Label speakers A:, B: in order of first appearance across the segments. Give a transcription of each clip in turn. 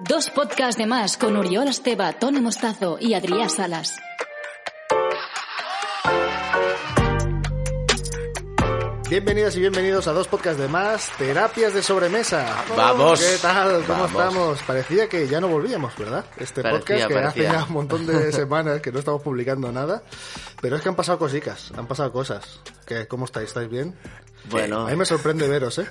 A: Dos podcasts de más con Uriol Esteba, Tony Mostazo y Adrián Salas.
B: Bienvenidas y bienvenidos a dos podcasts de más, terapias de sobremesa.
C: Vamos.
B: ¿Qué tal? ¿Cómo
C: Vamos.
B: estamos? Parecía que ya no volvíamos, ¿verdad? Este
C: Parecía,
B: podcast que
C: parecía.
B: hace ya un montón de semanas que no estamos publicando nada, pero es que han pasado cositas, han pasado cosas. ¿Qué, ¿Cómo estáis? ¿Estáis bien?
C: Bueno,
B: A mí me sorprende veros, ¿eh?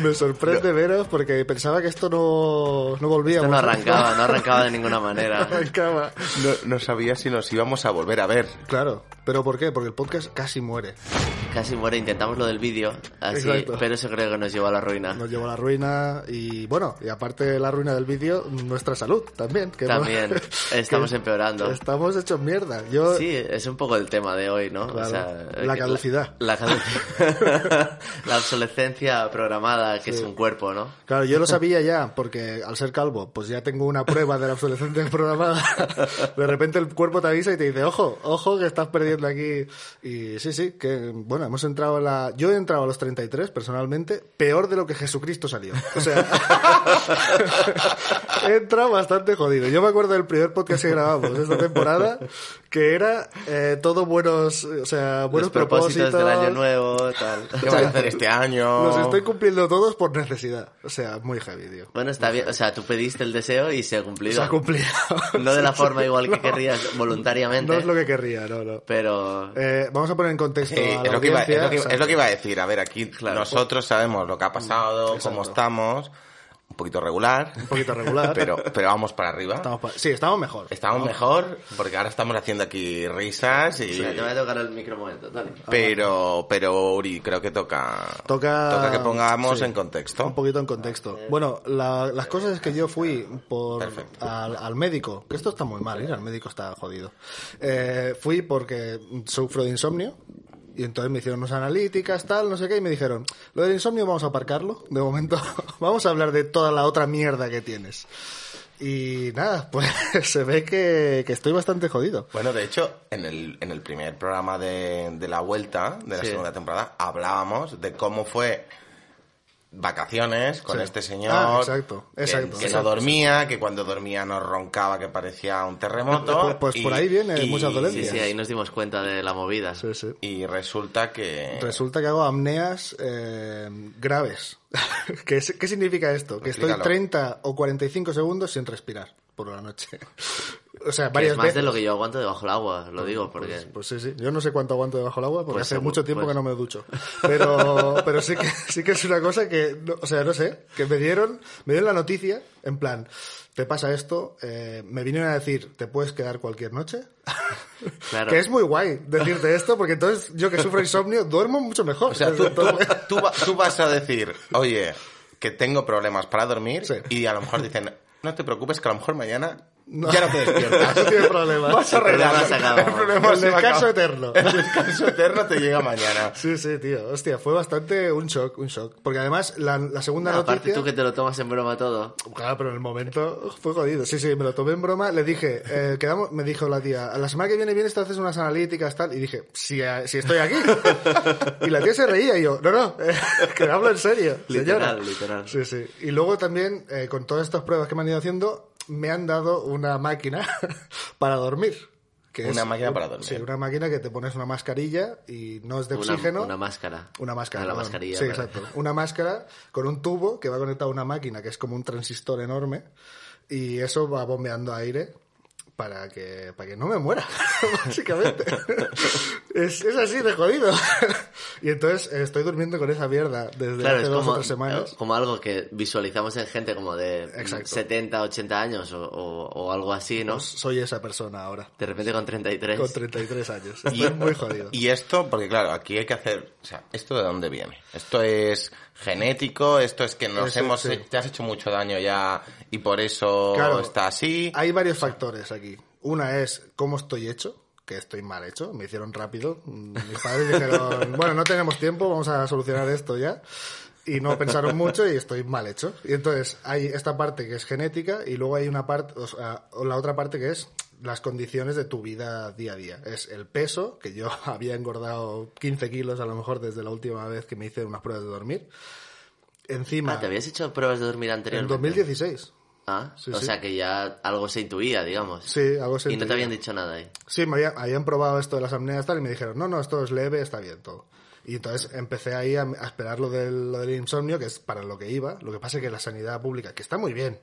B: me sorprende veros porque pensaba que esto no, no
C: esto
B: volvíamos.
C: no arrancaba, no arrancaba de ninguna manera.
B: No arrancaba.
D: No, no sabía si nos íbamos a volver a ver.
B: Claro, pero ¿por qué? Porque el podcast casi muere.
C: Casi muere, intentamos lo del vídeo, así,
B: Exacto.
C: pero eso creo que nos llevó a la ruina.
B: Nos llevó a la ruina y bueno, y aparte de la ruina del vídeo, nuestra salud también. que hemos-
C: También, estamos
B: que
C: empeorando.
B: Estamos hechos mierda. Yo
C: Sí, es un poco el tema de hoy, ¿no?
B: Claro, la
C: eh,
B: caducidad.
C: La, caducidad. la obsolescencia programada, que es un cuerpo, ¿no?
B: Claro, yo lo sabía ya, porque al ser calvo, pues ya tengo una prueba de la obsolescencia programada. De repente el cuerpo te avisa y te dice, ojo, ojo, que estás perdiendo aquí. Y sí, sí, que bueno, hemos entrado a la... Yo he entrado a los 33, personalmente, peor de lo que Jesucristo salió. O sea, he entrado bastante jodido. Yo me acuerdo del primer podcast que grabamos esta temporada, que era eh, todo buenos, o sea, buenos
C: Los propósitos, del año nuevo, tal.
D: ¿Qué vas a hacer este año?
B: Los estoy cumpliendo todos por necesidad. O sea, muy heavy, tío.
C: Bueno, está bien, o sea, tú pediste el deseo y se ha cumplido.
B: Se ha cumplido.
C: No de la forma igual que
B: No.
C: querrías voluntariamente,
B: No es lo que querría, no, no.
C: pero
B: Eh, vamos a poner en contexto.
D: Sí,
B: a la
D: Eh, es, lo que iba,
B: audiencia,
D: es lo que-
B: o sea,
D: es lo que iba a decir. A ver, aquí nosotros sabemos lo que ha pasado,
B: Mm, Exacto.
D: cómo estamos. Un poquito regular.
B: Un poquito regular.
D: Pero, pero vamos para arriba.
B: Estamos pa- Sí, estamos mejor.
D: Estamos mejor porque ahora estamos haciendo aquí risas y...
C: Mira, te voy a tocar el micro un momento, dale.
D: Pero, pero Uri, creo que toca...
B: Toca-
D: que pongamos
B: sí.
D: en contexto.
B: Un poquito en contexto. Bueno, la- las cosas es que yo fui por al, al médico, que esto está muy mal, ir al médico está jodido. Eh, fui porque sufro de insomnio y entonces me hicieron unas analíticas, tal, no sé qué, y me dijeron, lo del insomnio vamos a aparcarlo, de momento vamos a hablar de toda la otra mierda que tienes. Y nada, pues se ve que, que estoy bastante jodido.
D: Bueno, de hecho, en el, en el primer programa de, de la vuelta, de la
C: Sí.
D: segunda temporada, hablábamos de cómo fue vacaciones con
B: Sí.
D: este señor.
B: Ah, exacto,
D: que-
B: exacto,
D: Que,
B: exacto,
D: no dormía, que cuando dormía no roncaba, que parecía un terremoto.
B: Pues- pues por ahí vienen muchas
C: Sí,
B: dolencias.
C: sí, ahí nos dimos cuenta de la movida.
B: Sí, sí.
D: Y resulta que...
B: Resulta que hago apneas eh, graves. ¿Qué, es- qué significa esto? Que estoy
D: Explícalo.
B: 30 o 45 segundos sin respirar por la noche. O sea,
C: Que
B: varias
C: es más
B: veces.
C: de lo que yo aguanto debajo del agua, lo digo, porque...
B: Pues, pues sí, sí. Yo no sé cuánto aguanto debajo del agua porque
C: Pues
B: hace
C: seguro,
B: mucho tiempo
C: pues.
B: que no me ducho. Pero, pero sí que sí que es una cosa que, no- o sea, no sé, que me dieron, me dieron la noticia en plan, te pasa esto, eh, me vinieron a decir, te puedes quedar cualquier noche.
C: Claro.
B: pues, Que es muy guay decirte esto porque entonces yo que sufro insomnio duermo mucho mejor.
D: O sea, tú,
B: Entonces,
D: tú, tú va- tú vas a decir, oye, que tengo problemas para dormir
B: Sí.
D: y a lo mejor dicen, no te preocupes, que a lo mejor mañana
B: No.
D: ya no te despiertas.
B: No tiene problema.
D: Vas a
C: El problema
D: arreglarlo.
C: se acaba.
D: El problema
B: El
D: se va a
B: descanso
D: acabar.
B: eterno.
D: El descanso eterno te llega mañana.
B: Sí, sí, tío. Hostia, fue bastante un shock, un shock. Porque además la, la segunda
C: Aparte
B: noticia...
C: tú que te lo tomas en broma todo.
B: Claro, pero en el momento fue jodido. Sí, sí, me lo tomé en broma. Le dije, eh, quedamos, me dijo la tía, la semana que viene vienes, te haces unas analíticas, tal. Y dije, si, eh, si estoy aquí. y la tía se reía y yo, no, no, eh, que hablo en serio. Señora.
C: Literal, literal.
B: Sí, sí. Y luego también, eh, con todas estas pruebas que me han ido haciendo, me han dado una máquina para dormir. Que
D: Una máquina para dormir.
B: Sí, una máquina que te pones una mascarilla y no es de
C: Una,
B: oxígeno.
C: una máscara.
B: Una máscara.
C: Ah, La
B: perdón.
C: mascarilla.
B: Sí,
C: vale.
B: exacto. Una máscara con un tubo que va conectado a una máquina que es como un transistor enorme y eso va bombeando aire para que, para que no me muera, básicamente. es, es así de jodido. y entonces eh, estoy durmiendo con esa mierda desde
C: Claro,
B: hace
C: es
B: dos o
C: como, eh,
B: tres semanas.
C: como algo que visualizamos en gente como de
B: Exacto.
C: 70, 80 años o, o- o algo así, ¿no?
B: Soy esa persona ahora,
C: De repente con 33.
B: con 33 años. Estoy muy jodido.
D: Y esto, porque claro, aquí hay que hacer, o sea, ¿esto de dónde viene? Esto es genético, esto es que nos
B: Eso,
D: hemos,
B: sí.
D: te has hecho mucho daño ya y por eso
B: Claro.
D: está así.
B: Hay varios factores aquí. Una es cómo estoy hecho, que estoy mal hecho, me hicieron rápido. Mm, Mis padres dijeron, bueno, no tenemos tiempo, vamos a solucionar esto ya. Y no pensaron mucho y estoy mal hecho. Y entonces hay esta parte que es genética y luego hay una parte, o sea, o la otra parte que es las condiciones de tu vida día a día. Es el peso, que yo había engordado 15 kilos a lo mejor desde la última vez que me hice unas pruebas de dormir Encima,
C: Ah, ¿te habías hecho pruebas de dormir
B: en
C: anteriormente?
B: 2016.
C: Ah,
B: Sí,
C: o
B: sí.
C: sea que ya algo se intuía, digamos.
B: Sí, algo se
C: Y no te
B: intuía.
C: habían dicho nada ahí.
B: Sí, me había- habían probado esto de las apneas tal y me dijeron, no, no, esto es leve, está bien todo. Y entonces empecé ahí a, a esperar lo del, lo del insomnio, que es para lo que iba. Lo que pasa es que la sanidad pública, que está muy bien,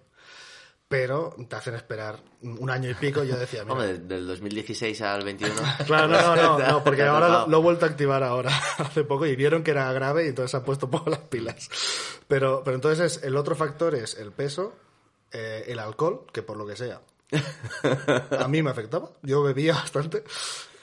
B: pero te hacen esperar un año y pico. y Yo decía, mira,
C: Hombre, de- del 2016 al 21.
B: Claro, no, no, no, no, porque
C: Te ha
B: ahora lo,
C: tocado.
B: lo he vuelto a activar ahora, hace poco, y vieron que era grave y entonces se han puesto poco las pilas. Pero, pero entonces el otro factor es el peso, eh, el alcohol, que por lo que sea, a mí me afectaba, yo bebía bastante,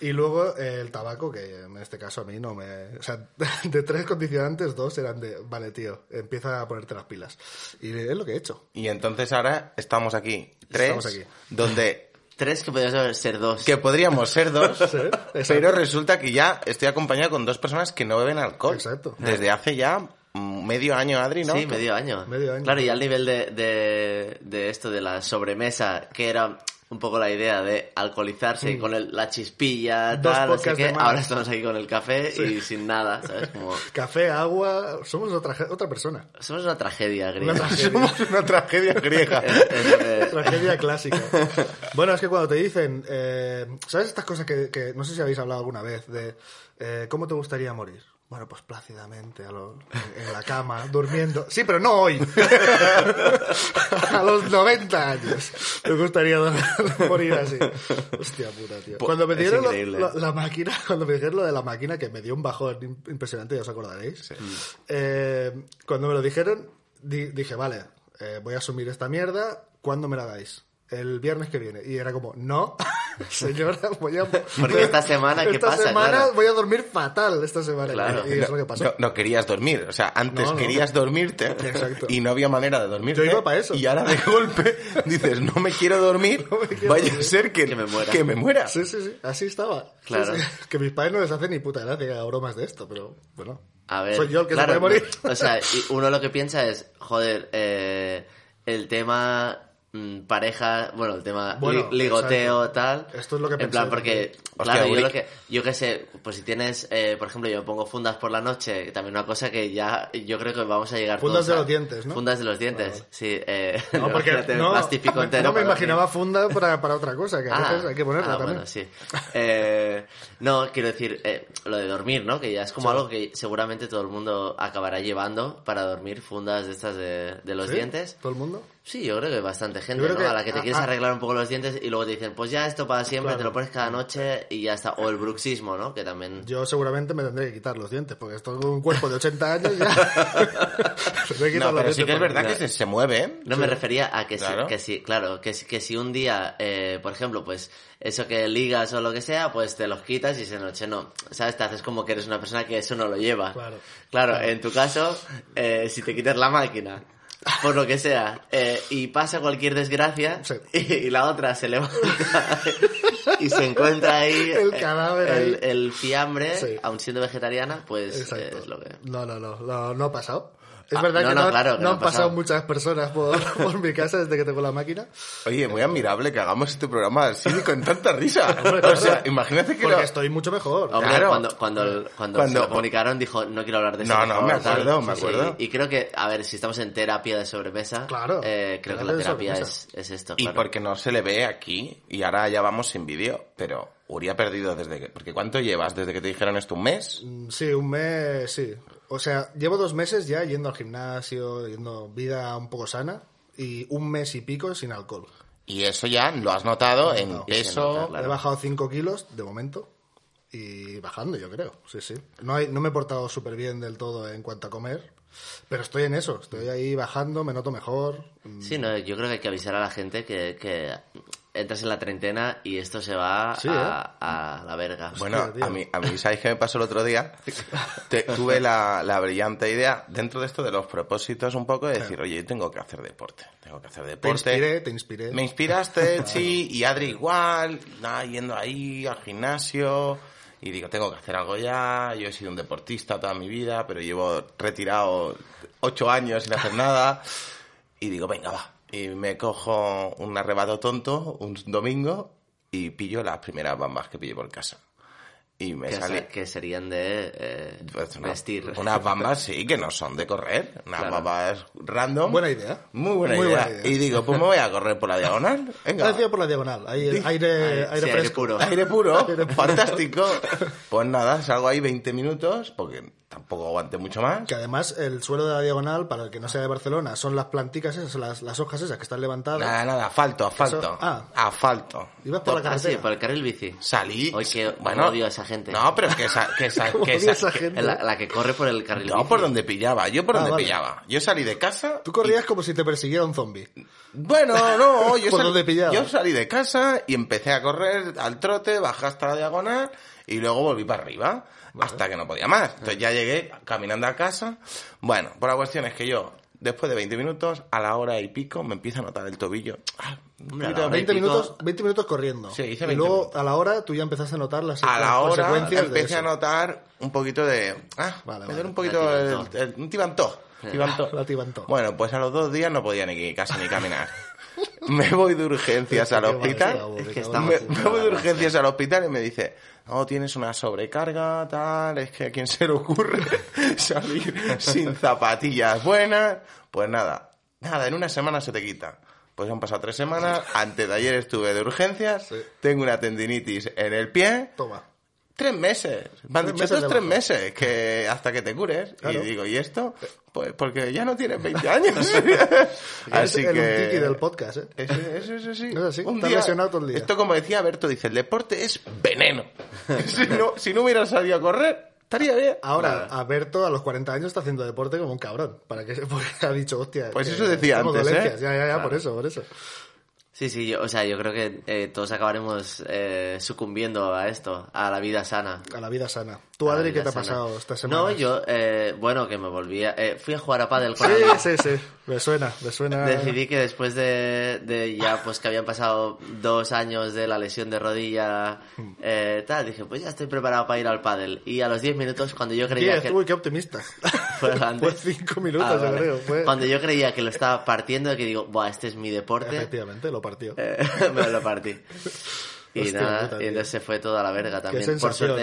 B: y luego eh, el tabaco, que en este caso a mí no me... O sea, de tres condicionantes, dos eran de, vale, tío, empieza a ponerte las pilas. Y es lo que he hecho.
D: Y entonces ahora estamos aquí, tres,
B: Estamos aquí.
D: donde
C: Tres que podías ser dos.
D: que podríamos ser dos,
B: exacto.
D: pero resulta que ya estoy acompañado con dos personas que no beben alcohol.
B: Exacto.
D: Desde hace ya mm, medio año, Adri, ¿no?
C: Sí, medio año.
B: Medio año.
C: Claro, y al nivel de, de, de esto de la sobremesa, que era un poco la idea de alcoholizarse con el- la chispilla,
B: Mm. Dos
C: tal, así
B: podcasts
C: que
B: de más.
C: ahora estamos aquí con el café y sin nada, ¿sabes? Como,
B: Café, agua, somos otra, ge- otra persona.
C: somos una tragedia griega.
B: Una tragedia.
D: Somos una tragedia griega.
C: Es lo que-
B: Tragedia clásica. Bueno, es que cuando te dicen, eh, ¿sabes estas cosas que, que no sé si habéis hablado alguna vez de eh, cómo te gustaría morir? Bueno, pues plácidamente, a lo- en la cama, durmiendo. Sí, pero no hoy. a los 90 años. Me gustaría do- morir así. Hostia puta, tío.
C: Po-
B: Cuando me
C: Pues es
B: dieron lo-
C: increíble.
B: lo- la máquina, cuando me dijeron lo de la máquina, que me dio un bajón im- impresionante, ya os acordaréis. Eh, cuando me lo dijeron, di- dije, vale, eh, voy a asumir esta mierda, ¿cuándo me la dais? El viernes que viene. Y era como, no, señora, voy a...
C: Porque esta semana, ¿qué
B: esta
C: pasa?
B: semana
C: Claro.
B: voy a dormir fatal esta semana.
C: Claro.
B: Y es lo que pasó.
D: No, no querías dormir, o sea, antes
B: No, no.
D: querías dormirte
B: Exacto.
D: y no había manera de dormir.
B: Yo iba pa' eso.
D: Y ahora de golpe dices, no me quiero dormir,
B: No me quiero
D: vaya a
B: dormir.
D: ser que,
C: Que me muera.
D: que me muera.
B: Sí, sí, sí, así estaba. Sí,
C: Claro.
B: sí. Que mis padres no les hacen ni puta gracia que haga bromas de esto, pero bueno.
C: A ver,
B: Soy yo el que
C: claro,
B: se puede morir.
C: O sea, y uno lo que piensa es, joder, eh, el tema mm, pareja, bueno, el tema li-
B: Bueno,
C: ligoteo,
B: exacto.
C: tal.
B: Esto es lo que
C: En
B: pensé
C: plan, porque,
D: Hostia,
C: claro, yo
D: Uri.
C: lo que, yo qué sé, pues si tienes, eh, por ejemplo, yo pongo fundas por la noche, que también una cosa que ya, yo creo que vamos a llegar
B: Fundas
C: todos
B: de
C: a-
B: los dientes, ¿no?
C: Fundas de los dientes, sí. Eh,
B: No, porque
C: imagínate,
B: no,
C: plastifico
B: no me
C: entero para dormir.
B: imaginaba funda para, para otra cosa, que a veces hay que ponerla
C: ah,
B: también.
C: bueno, sí. Eh, no, quiero decir, eh, lo de dormir, ¿no? Que ya es como algo que seguramente todo el mundo acabará llevando para dormir fundas de estas de, de los
B: ¿Sí?
C: dientes.
B: ¿Todo el mundo?
C: Sí, yo creo que bastante gente,
B: Yo creo
C: ¿no?
B: que-
C: a la que te
B: ah,
C: quieres
B: ah.
C: arreglar un poco los dientes y luego te dicen, pues ya esto para siempre,
B: Claro.
C: te lo pones cada noche y ya está. O el bruxismo, ¿no? Que también...
B: Yo seguramente me tendré que quitar los dientes, porque estoy con un cuerpo de 80 años ya. Tendré que quitar
D: No,
B: los
D: pero sí
B: dientes
D: que es
B: por-
D: verdad que se, se mueve. ¿eh?
C: No me refería a que
D: Claro.
C: si, que si, claro, que si, que si un día, eh, por ejemplo, pues eso que ligas o lo que sea, pues te los quitas y se noche no. ¿Sabes? Te haces como que eres una persona que eso no lo lleva.
B: Claro.
C: Claro, en tu caso, eh, si te quitas la máquina, por lo que sea, eh, y pasa cualquier desgracia,
B: Sí.
C: y, y la otra se levanta y se encuentra ahí
B: El
C: eh,
B: cadáver
C: el,
B: ahí.
C: el fiambre,
B: Sí.
C: aun siendo vegetariana, pues
B: Exacto.
C: es lo que...
B: No, no, no, no, no ha pasado. Es
C: Ah,
B: verdad
C: no,
B: que
C: no,
B: no,
C: claro que
B: no han pasado. muchas personas por, por mi casa desde que tengo la máquina.
D: Oye, muy admirable que hagamos este programa así con tanta risa.
B: claro.
D: O sea, imagínate que
B: Porque
D: lo-
B: estoy mucho mejor.
C: Hombre,
D: Claro.
C: cuando, cuando, el- cuando,
D: Cuando-
C: se lo comunicaron dijo, no quiero hablar de eso.
D: No,
C: por
D: no,
C: favor",
D: me acuerdo,
C: tal.
D: me
C: Sí,
D: acuerdo.
C: Y creo que, a ver, si estamos en terapia de sobremesa,
B: Claro,
C: eh, creo
B: terapia
C: que la
B: de
C: terapia es,
B: sobremesa.
C: es esto.
D: Y
C: claro.
D: porque no se le ve aquí, y ahora ya vamos sin vídeo, pero Uri ha perdido desde que... Porque ¿cuánto llevas desde que te dijeron esto? ¿Un mes?
B: Mm, Sí, un mes, sí. O sea, llevo dos meses ya yendo al gimnasio, yendo vida un poco sana y un mes y pico sin alcohol.
D: Y eso ya lo has notado en
B: notado.
D: peso...
C: nota, Claro.
B: He bajado 5 kilos de momento y bajando, yo creo. Sí, sí. No, hay, no me he portado súper bien del todo en cuanto a comer, pero estoy en eso. Estoy ahí bajando, me noto mejor.
C: Sí, no, yo creo que hay que avisar a la gente que, que entras en la treintena y esto se va
B: Sí,
C: a, a la verga.
D: ¿eh? Bueno,
B: tío.
D: a mí, a mí, ¿sabéis qué me pasó el otro día? Te- tuve la, la brillante idea, dentro de esto de los propósitos un poco, de decir, oye, yo tengo que hacer deporte, tengo que hacer
B: Te
D: deporte.
B: inspiré, te inspiré.
D: Me inspiraste, sí, y Adri igual, nada, yendo ahí al gimnasio, y digo, tengo que hacer algo ya, yo he sido un deportista toda mi vida, pero llevo retirado ocho años sin hacer nada, y digo, venga, va. Y me cojo un arrebato tonto un domingo y pillo las primeras bambas que pillo por casa. Y me
C: que, o sea,
D: salí.
C: que serían de eh,
D: Pues una-
C: vestir.
D: Unas bambas, sí, que no son de correr. Unas
C: Claro.
D: bambas random.
B: Buena idea.
D: Muy buena
B: Muy
D: idea.
B: buena idea.
D: Y digo, pues me voy a correr por la diagonal. Venga.
B: Gracias por la diagonal. Ahí el
C: Ahí,
B: Eh, aire,
C: sí,
B: aire
C: aire
B: fresco.
C: puro.
D: Aire puro,
B: Aire puro.
D: fantástico. Pues nada, salgo ahí 20 minutos, porque tampoco aguante mucho más.
B: Que además el suelo de la diagonal, para el que no sea de Barcelona, son las planticas esas, las, las hojas esas que están levantadas.
D: Nada, nada, asfalto, asfalto.
B: Eso- ah.
D: Asfalto.
B: Ibas por la
C: Ah, sí,
B: carretera.
C: por el carril bici.
D: Salí.
C: Oye, que bueno, odio a esa gente.
D: No, pero es que esa. Que esa,
B: ¿Cómo
D: que
B: odio a
D: esa-
B: esa
D: que-
B: gente?
C: La, la que corre por el carril
D: No,
C: bici.
D: por donde pillaba. Yo por
B: Ah,
D: donde
B: vale.
D: pillaba. Yo salí de casa.
B: Tú corrías como si te persiguiera un zombie.
D: Bueno, no, yo,
B: Por
D: sal-
B: donde pillaba.
D: yo salí de casa y empecé a correr al trote, bajé hasta la diagonal y luego volví para arriba hasta que no podía más. Entonces
B: Ah.
D: ya llegué caminando a casa. Bueno, por la cuestión es que yo, después de 20 minutos, a la hora y pico, me empieza a notar el tobillo. Ah,
C: Hombre, a la
D: mira,
C: hora y
B: 20
C: pico.
B: minutos, 20 minutos corriendo.
D: Sí, hice
B: y
D: 20
B: luego
D: minutos.
B: a la hora tú ya empezaste a notar las,
D: a
B: las
D: la hora
B: consecuencias de
D: empecé a
B: eso.
D: notar un poquito de... Ah,
B: Vale,
D: me
B: vale.
D: duele un poquito
C: La
D: el,
C: tibantó.
D: el- un tibantó. Tibantó.
B: La tibantó.
D: Bueno, pues a los dos días no podía ni casi ni caminar. me voy de urgencias
B: Qué
D: al
B: guay,
D: hospital.
B: qué guay,
C: Es que
B: qué guay.
C: estamos-
D: me,
C: sí,
D: me
C: la
D: voy de
C: verdad,
D: urgencias al hospital y me dice, oh, tienes una sobrecarga, tal, es que a quién se le ocurre salir sin zapatillas buenas. Pues nada, nada, en una semana se te quita. Pues han pasado tres semanas, antes de ayer estuve de urgencias,
B: Sí.
D: tengo una tendinitis en el pie,
B: Toma.
D: tres meses. Me han
B: Tres
D: dicho
B: meses
D: "Estos
B: de
D: tres
B: baja".
D: meses que hasta que te cures.
B: Claro. Eh.
D: Y digo, ¿y esto? Pues porque ya no tienes 20 años. Así
B: Eres el
D: que...
B: tiki del podcast, ¿eh?
D: Eso, eso, eso sí.
B: Eso sí, está lesionado todo el día.
D: Esto, como decía Berto, dice, el deporte es veneno. si, no, si no hubiera salido a correr, estaría bien.
B: Ahora, a Berto a los 40 años está haciendo deporte como un cabrón. Para que porque ha dicho, hostia.
D: Pues
B: que
D: eso decía
B: tengo
D: antes, ¿eh?
B: dolencias. Ya, ya, ya, por eso, por eso.
C: Sí, sí, yo, o sea, yo creo que eh, todos acabaremos eh, sucumbiendo a esto, a la vida sana.
B: A la vida sana. Tú,
C: A la
B: Adri, ¿qué
C: vida
B: te ha
C: sana.
B: pasado esta semana?
C: No, yo, eh, bueno, que me volví a- eh, fui a jugar a pádel con
B: Sí,
C: alguien.
B: sí, sí. Me suena, me suena.
C: Decidí que después de, de ya, pues que habían pasado dos años de la lesión de rodilla,
B: Hmm.
C: eh, tal, dije, pues ya estoy preparado para ir al pádel. Y a los 10 minutos, cuando yo creía
B: Diez,
C: que...
B: uy, qué optimista.
C: Fue antes. Ah,
B: Fue cinco minutos, yo
C: vale.
B: creo, fue-
C: Cuando yo creía que lo estaba partiendo, que digo, buah, este es mi deporte,
B: Efectivamente, lo partió.
C: eh, me lo partí. Y
B: Hostia,
C: nada,
B: puta,
C: y
B: tío.
C: entonces se fue toda la verga también. Por
B: sensación, eh.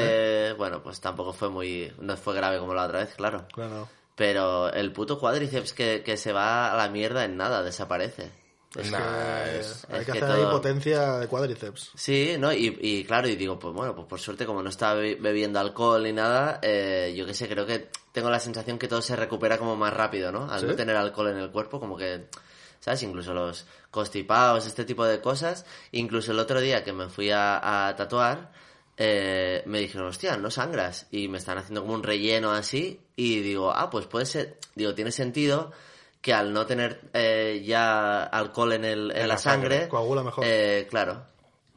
C: suerte, bueno, pues tampoco fue muy... No fue grave como la otra vez, claro.
B: No, no.
C: Pero el puto cuádriceps que, que se va a la mierda en nada, desaparece.
B: Es
D: Nah,
B: que
D: es-
B: hay
C: es
B: que,
C: que
B: hacer ahí
C: todo-
B: potencia de cuádriceps.
C: Sí, ¿no? Y, y claro, y digo, pues bueno, pues por suerte como no estaba be- bebiendo alcohol ni nada, eh, yo qué sé, creo que tengo la sensación que todo se recupera como más rápido, ¿no? Al
B: ¿Sí?
C: no tener alcohol en el cuerpo, como que, ¿sabes? Incluso los constipados, este tipo de cosas. Incluso el otro día que me fui a, a tatuar, eh, me dijeron, hostia, no sangras. Y me están haciendo como un relleno así. Y digo, ah, pues puede ser, digo, tiene sentido que al no tener eh, ya alcohol en, el, en, la,
D: la sangre,
C: sangre,
B: coagula mejor.
C: eh, claro.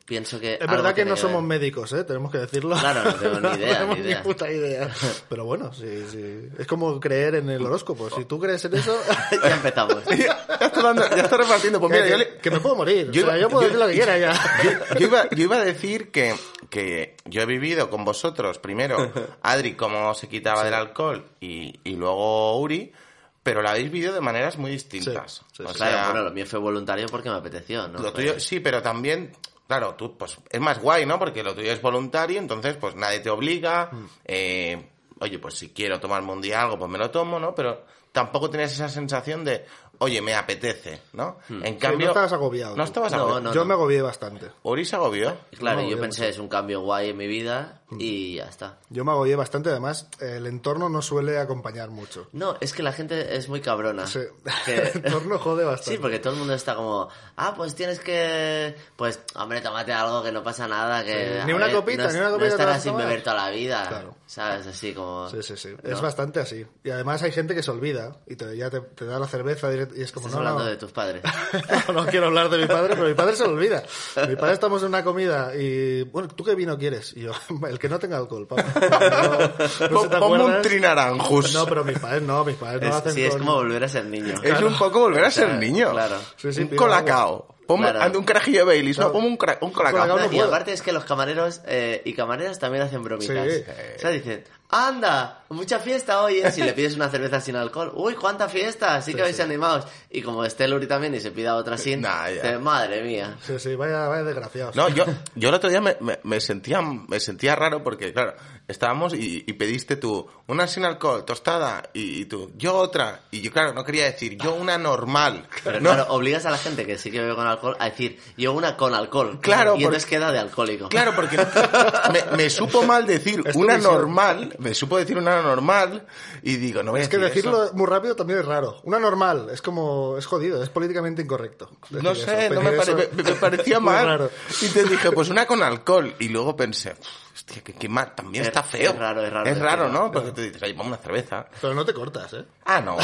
C: Pienso que.
B: Es
C: algo
B: verdad que
C: tiene
B: no somos
C: ver.
B: médicos, ¿eh? Tenemos que decirlo.
C: Claro, no tengo ni idea,
B: tenemos
C: ni idea.
B: puta idea. Pero bueno, sí, sí. Es como creer en el horóscopo. Si tú crees en eso,
C: ya empezamos.
D: ya, está dando- ya está repartiendo. Pues mira,
B: que,
D: yo le-
B: que me puedo morir. O sea, Yo,
D: Yo iba-
B: puedo
D: yo-
B: decir lo que quiera ya.
D: yo, yo iba, yo iba a decir que, que yo he vivido con vosotros, primero, Adri, cómo se quitaba del alcohol, y, y luego Uri, pero la habéis vivido de maneras muy distintas.
B: Sí, sí,
D: O
B: sí.
C: claro,
D: sea,
C: bueno, lo mío fue voluntario porque me apeteció, ¿no?
D: Lo
C: Fue-
D: tuyo, sí, pero también, claro, tú, pues, es más guay, ¿no? Porque lo tuyo es voluntario, entonces, pues, nadie te obliga.
B: Mm.
D: eh, oye, pues, si quiero tomarme un día algo, pues me lo tomo, ¿no? Pero tampoco tienes esa sensación de, oye, me apetece, ¿no? En cambio...
B: Mm. no estabas agobiado,
D: No
B: tú.
D: estabas
C: No,
D: agobiado.
C: no,
B: yo
C: no.
B: me agobié bastante.
D: Ori se agobió.
C: Claro,
B: No,
C: yo
B: yo
C: pensé, es un cambio guay en mi vida y ya está.
B: Yo me agobié bastante. Además, el entorno no suele acompañar mucho.
C: No, es que la gente Ah, es muy cabrona.
B: Sí.
C: Que-
B: El entorno jode bastante.
C: Sí, porque todo el mundo está como, ah, pues tienes que, pues, hombre, tómate algo que no pasa nada, que...
B: Sí.
C: a
B: Ni una copita,
C: no,
B: ni
C: es-
B: una
C: no
B: copita te vas
C: estarás
B: a
C: sin
B: tomar.
C: beber toda la vida,
B: Claro.
C: ¿sabes? Así como...
B: Sí, sí, sí.
C: ¿no?
B: Es bastante así. Y además hay gente que se olvida y te, ya te, te da la cerveza direct- y es como,
C: Estás
B: no, no,
C: hablando de tus padres.
B: no, no quiero hablar de mi padre, pero mi padre se lo olvida. Mi padre estamos en una comida y, bueno, ¿tú qué vino quieres? Y yo, el que no tenga alcohol, papá. No, no sé, ¿te
D: Pon- Ponme un
B: acuerdas?
D: trinaranjus.
B: No, pero mis padres no, mis padres no
C: Es-
B: lo hacen
C: sí, es
B: con-
C: como volver a ser niño.
D: Es un poco volver a
C: O sea,
D: ser niño.
C: claro.
B: Sí, sí,
D: un
B: pide
D: colacao. Ponme
C: Claro.
D: ande un carajillo de Baileys.
B: Claro.
D: No, ponme un, cra- un
B: colacao
D: colacao.
B: no
C: y
B: puedo.
C: aparte es que los camareros eh, y camareras también hacen bromitas.
B: Sí.
C: O sea, dicen, ¡Anda! ¡Mucha fiesta hoy! ¿eh?". Si le pides una cerveza sin alcohol, ¡uy, cuánta fiesta! Así que habéis animados. Y como esté Luri también y se pida otra sin,
D: Nah, ya.
C: dices, madre mía.
B: Sí, sí, vaya, vaya desgraciados.
D: No, yo, yo el otro día me, me- me sentía, me sentía raro porque, claro, estábamos y, y pediste tú una sin alcohol, tostada, y, y tú, yo otra. Y yo, claro, no quería decir, yo una normal.
C: Pero
D: No,
C: claro, obligas a la gente que sí que bebe con alcohol a decir, yo una con alcohol.
D: Claro,
C: Y
D: porque-
C: entonces queda de alcohólico.
D: Claro, porque me, me supo mal decir
B: Es tu
D: una
B: visión.
D: normal, me supo decir una normal, y digo, no voy a
B: Es que
D: decir eso.
B: decirlo muy rápido también es raro. Una normal, es como, es jodido, es políticamente incorrecto.
D: No
B: decir
D: sé,
B: eso.
D: no me,
B: Decir
D: pare-
B: eso
D: me- me parecía
B: es muy
D: mal.
B: raro.
D: Y te dije, pues una con alcohol. Y luego pensé, hostia, que, que mal, también
C: Es-
D: está feo.
C: es raro, es raro,
D: Es
C: es
D: raro,
C: raro.
D: ¿no? Porque tú dices, oye, vamos una cerveza.
B: Pero no te cortas, ¿eh?
D: Ah, no.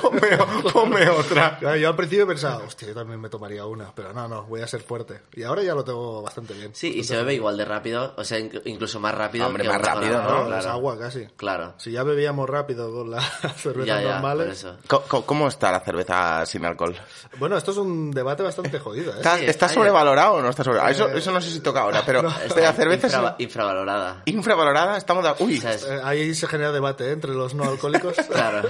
D: ponme, ponme otra.
B: Claro, yo al principio pensaba, hostia, yo también me tomaría una, pero no, no, voy a ser fuerte. Y ahora ya lo tengo bastante bien.
C: Sí, y se bebe igual de rápido, o sea, inc- incluso más rápido.
D: Hombre,
C: que
D: más
C: una con
D: rápido,
C: alcohol,
B: No, es
C: Claro.
B: agua casi.
C: Claro.
B: Si ya bebíamos rápido con las cervezas
C: Ya, ya, por
B: normales.
C: eso.
D: Co- co- ¿Cómo, está la cerveza sin alcohol?
B: Bueno, esto es un debate bastante jodido, ¿eh?
D: ¿Está,
C: Sí,
D: está
C: está Eh,
D: sobrevalorado o no está sobrevalorado? Eso, eso no sé si toca ahora, pero pero la cerveza
C: infra-
D: sin-
C: infravalorada.
D: infravalorada, estamos de... Uy,
C: O sea, es-
B: Eh, Ahí se genera debate ¿eh? entre los no alcohólicos.
C: claro.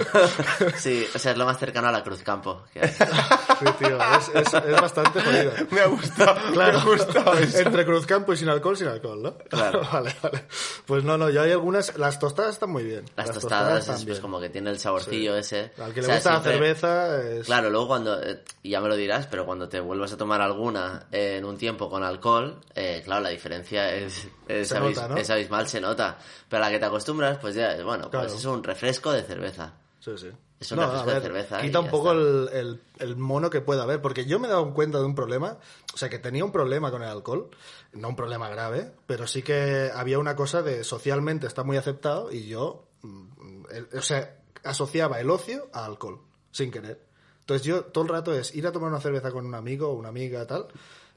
C: Sí, o sea, es lo más cercano a la Cruz Campo. que hay.
B: Sí, tío, es, es- es bastante jodido.
D: me ha gustado, me ha gustado eso.
B: Entre Cruzcampo y sin alcohol, sin alcohol, ¿no?
C: Claro.
B: vale, vale. Pues no, no, yo hay algunas... Las tostadas están muy bien.
C: Las, tostadas,
B: están
C: es pues,
B: bien.
C: como que tiene el saborcillo ese.
B: Al que
C: O
B: le
C: sea,
B: gusta la
C: siempre-
B: cerveza es...
C: Claro, luego cuando, eh, y ya me lo dirás, pero cuando te vuelvas a tomar alguna eh, en un tiempo con alcohol, eh, claro, la diferencia es, es,
B: Se nota, ¿no?
C: es abismal, se nota. Pero a la que te acostumbras, pues ya, es, bueno,
B: Claro.
C: pues es un refresco de cerveza.
B: Sí, sí.
C: Es un refresco de cerveza y
B: Quita
C: ya
B: un poco
C: está.
B: el, el- el mono que pueda haber, porque yo me he dado cuenta de un problema, o sea, que tenía un problema con el alcohol, no un problema grave, pero sí que había una cosa de socialmente está muy aceptado y yo, mm, el- o sea, asociaba el ocio a alcohol, sin querer. Entonces yo todo el rato es ir a tomar una cerveza con un amigo o una amiga, tal,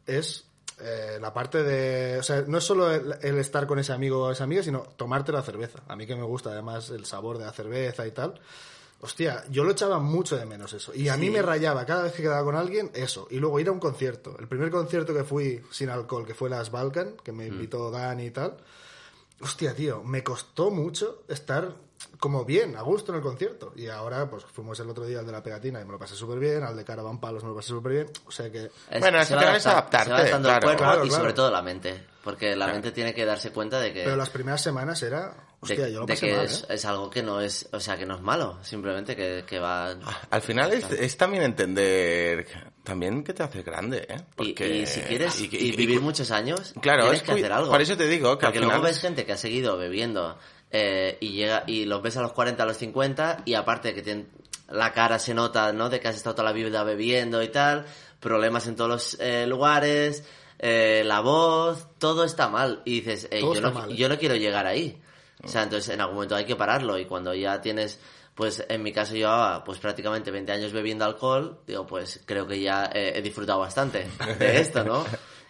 B: es... eh, la parte de. O sea, no es solo el, el estar con ese amigo o esa amiga, sino tomarte la cerveza. A mí que me gusta además el sabor de la cerveza y tal. Hostia, yo lo echaba mucho de menos eso. Y a mí me rayaba cada vez que quedaba con alguien eso. Y luego ir a un concierto. El primer concierto que fui sin alcohol, que fue las Balkan, que
C: Mm.
B: me invitó Dani y tal. Hostia, tío, me costó mucho estar como bien, a gusto en el concierto. Y ahora, pues fuimos el otro día al de la pegatina y me lo pasé súper bien. Al de Caravan Palos me lo pasé súper bien. O sea que.
C: Es-
D: Bueno, eso
C: va
D: también es
C: adapta-
D: adaptarte,
C: Se va adaptando el
D: claro.
C: cuerpo
B: Claro,
C: y
B: claro.
C: sobre todo la mente. Porque la mente tiene que darse cuenta de que,
B: Pero las primeras semanas era.
C: de,
B: Hostia, yo lo
C: de
B: pasé
C: que
B: mal,
C: es,
B: ¿eh?
C: es algo que no es, o sea, que no es malo. Simplemente que, que va...
D: Al final es, es también entender también que te haces grande, ¿eh?
C: Y-
D: Porque...
C: Y, si quieres
D: y-
C: y,
D: y- y-
C: vivir muchos años,
D: Claro,
C: tienes
D: es
C: que
D: muy-
C: hacer algo.
D: por eso te digo que al
C: Porque luego
D: final-
C: ves gente que ha seguido bebiendo eh, y llega y los ves a los 40, a los 50 y aparte que tienen la cara se nota, ¿no? De que has estado toda la vida bebiendo y tal, problemas en todos los eh, lugares, eh, la voz, todo está mal. Y dices, eh,
B: Todo
C: yo,
B: está
C: no,
B: mal.
C: yo no quiero llegar ahí. O sea, entonces en algún momento hay que pararlo y cuando ya tienes, pues en mi caso llevaba pues prácticamente 20 años bebiendo alcohol, digo, pues creo que ya eh, he disfrutado bastante de esto, ¿no?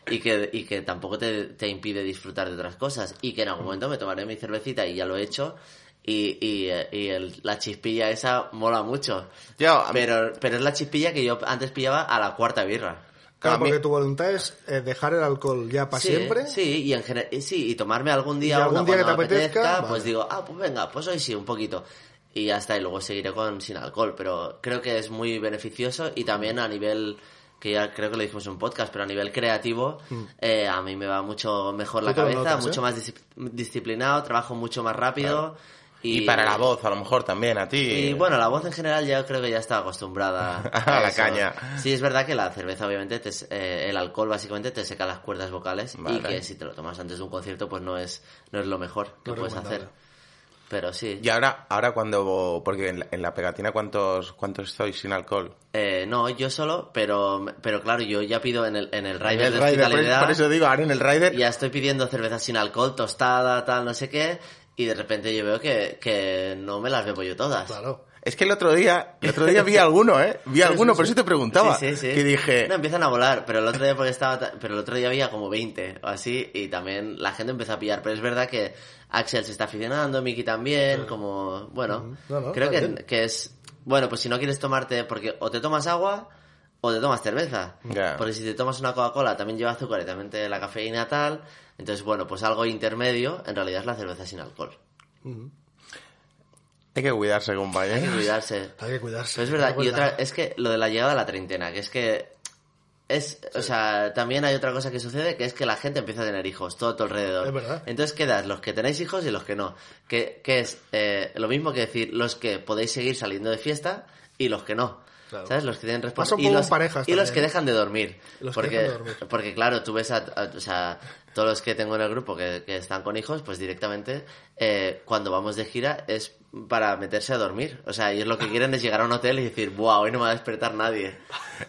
C: Y que, y que tampoco te, te impide disfrutar de otras cosas y que en algún momento me tomaré mi cervecita y ya lo he hecho y, y, eh, y el- la chispilla esa mola mucho.
D: Yo, a mí-
C: Pero, pero es la chispilla que yo antes pillaba a la cuarta birra.
B: Claro,
D: a mí-
B: porque tu voluntad es eh, dejar el alcohol ya para
C: eh, Sí,
B: siempre.
C: Sí, y en gener- y sí, y tomarme algún día,
B: Y algún
C: una
B: día que
C: cuando
B: te apetezca, vale.
C: pues digo, ah, pues venga, pues hoy sí, un poquito. Y ya está, y luego seguiré con sin alcohol, pero creo que es muy beneficioso y también a nivel que ya creo que lo dijimos en un podcast, pero a nivel creativo eh, a mí me va mucho mejor la
B: Mm. Tú te lo
C: cabeza,
B: notas,
C: mucho
B: ¿eh?
C: más disip- disciplinado, trabajo mucho más rápido
D: Y para la voz, a lo mejor también, a ti.
C: y bueno, la voz en general ya creo que ya está acostumbrada
D: Eh, A la
C: eso.
D: caña.
C: Sí, es verdad que la cerveza, obviamente, te se- eh, el alcohol básicamente te seca las cuerdas vocales
D: Vale.
C: y que si te lo tomas antes de un concierto, pues no es, no es lo mejor que
B: No
C: puedes hacer.
B: recomendable.
C: Pero sí.
D: Y ahora, ahora cuando... Porque en la, en la pegatina, ¿cuántos, ¿cuántos sois sin alcohol?
C: Eh, no, yo solo, pero, pero claro, yo ya pido en el, en el rider de
D: Rider, por-
C: hospitalidad,
D: por eso digo, ahora en el Rider...
C: ya estoy pidiendo cerveza sin alcohol, tostada, tal, no sé qué, y de repente yo veo que, que no me las bebo yo todas.
B: Claro.
D: Es que el otro día, el otro día vi alguno, ¿eh? Vi alguno, por eso te preguntaba.
C: Sí, sí, sí.
D: Que dije...
C: No, empiezan a volar, pero el otro día porque estaba... ta- Pero el otro día había como 20 o así, y también la gente empezó a pillar. Pero es verdad que Axel se está aficionando, Miki también, como... Bueno,
B: No, no,
C: creo que,
B: también.
C: que es... Bueno, pues si no quieres tomarte... Porque o te tomas agua o te tomas cerveza.
D: Ya.
C: Porque si te tomas una Coca-Cola también lleva azúcar y también te- la cafeína tal. Entonces, bueno, pues algo intermedio en realidad es la cerveza sin alcohol.
D: Hay que cuidarse,
C: Hay que
D: compañero.
C: cuidarse.
B: Hay que cuidarse.
C: Pero es verdad,
B: hay que
C: y otra,
B: cuidarse.
C: es que lo de la llegada a la treintena, que es que es, o sea, también hay otra cosa que sucede, que es que la gente empieza a tener hijos, todo a tu alrededor.
B: Es verdad.
C: Entonces quedas los que tenéis hijos y los que no. Que, que es eh, lo mismo que decir los que podéis seguir saliendo de fiesta y los que no.
B: Claro.
C: ¿Sabes? Los que tienen
B: Pasa un
C: responsabilidad. Y,
B: poco
C: los,
B: en parejas
C: y los
B: también.
C: que dejan de dormir.
B: Los que
C: porque,
B: dejan de dormir.
C: porque claro, tú ves a, a- o sea, todos los que tengo en el grupo que, que están con hijos, pues directamente eh, cuando vamos de gira es para meterse a dormir. O sea, ellos lo que quieren es llegar a un hotel y decir, wow, hoy no me va a despertar nadie.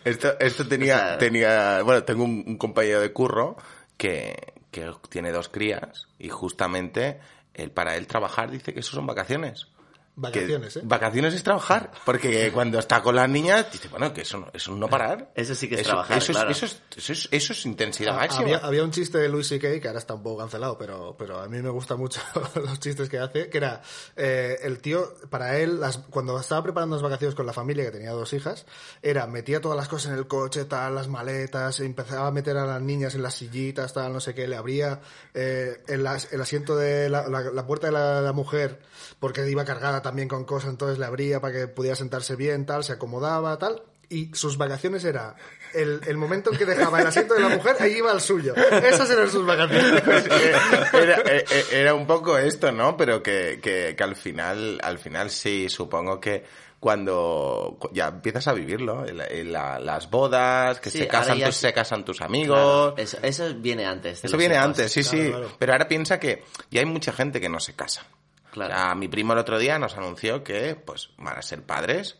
D: Esto, esto tenía,
C: O sea-
D: tenía, bueno, tengo un, un compañero de curro que, que tiene dos crías y justamente él, para él trabajar dice que eso son vacaciones. Que
B: Vacaciones, ¿eh?
D: Vacaciones es trabajar, porque cuando está con las niñas dice, bueno, que eso no, eso es no parar.
C: Eso sí que es trabajar,
D: Eso, es-
C: claro.
D: eso es, eso es- eso es intensidad
B: Ah,
D: máxima.
B: Había, había un chiste de Luis C.K. que ahora está un poco cancelado, pero, pero a mí me gustan mucho los chistes que hace, que era eh, el tío, para él, las- cuando estaba preparando las vacaciones con la familia, que tenía dos hijas, era, metía todas las cosas en el coche, tal, las maletas, e empezaba a meter a las niñas en las sillitas, tal, no sé qué, le abría eh, el, as- el asiento de la, la- la puerta de la, la mujer, porque iba cargada también con cosas, entonces le abría para que pudiera sentarse bien, tal, se acomodaba, tal, y sus vacaciones era el, el momento en que dejaba el asiento de la mujer, ahí iba al suyo. Esas eran sus vacaciones.
D: era, eh, eh, era un poco esto, ¿no? Pero que, que, que al final, al final sí, supongo que cuando cu- ya empiezas a vivirlo, el- el- la- las bodas, que
C: Sí,
D: se
C: ahora
D: casan,
C: ya
D: tus,
C: sí.
D: se casan tus amigos.
C: Claro, eso, eso viene antes. de
D: Eso
C: los
D: viene
C: hijos.
D: antes, sí,
B: Claro,
D: sí.
B: claro.
D: Pero ahora piensa que ya hay mucha gente que no se casa.
C: Claro.
D: O sea, mi primo el otro día nos anunció que pues van a ser padres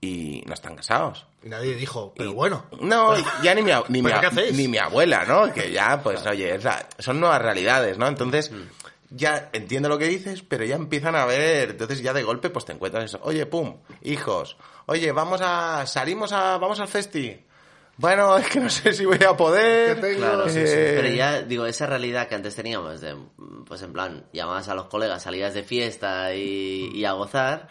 D: y no están casados.
B: Y nadie dijo, pero bueno.
D: No, ya ni mi, a- ni, mi,
B: ¿Pero
D: a-
B: Pues, qué hacéis?
D: ni mi abuela, ¿no? Que ya, pues, oye, es la- son nuevas realidades, ¿no? Entonces,
B: Mm.
D: ya entiendo lo que dices, pero ya empiezan a ver, entonces ya de golpe, pues te encuentras eso. Oye, pum, hijos, oye, vamos a, salimos a, vamos al festi. Bueno, es que no sé si voy a poder.
B: Que tengo-
C: Claro,
B: Eh,
C: sí, sí. Pero ya, digo, esa realidad que antes teníamos, de, mm, pues en plan, llamabas a los colegas, salías de fiesta y, y a gozar,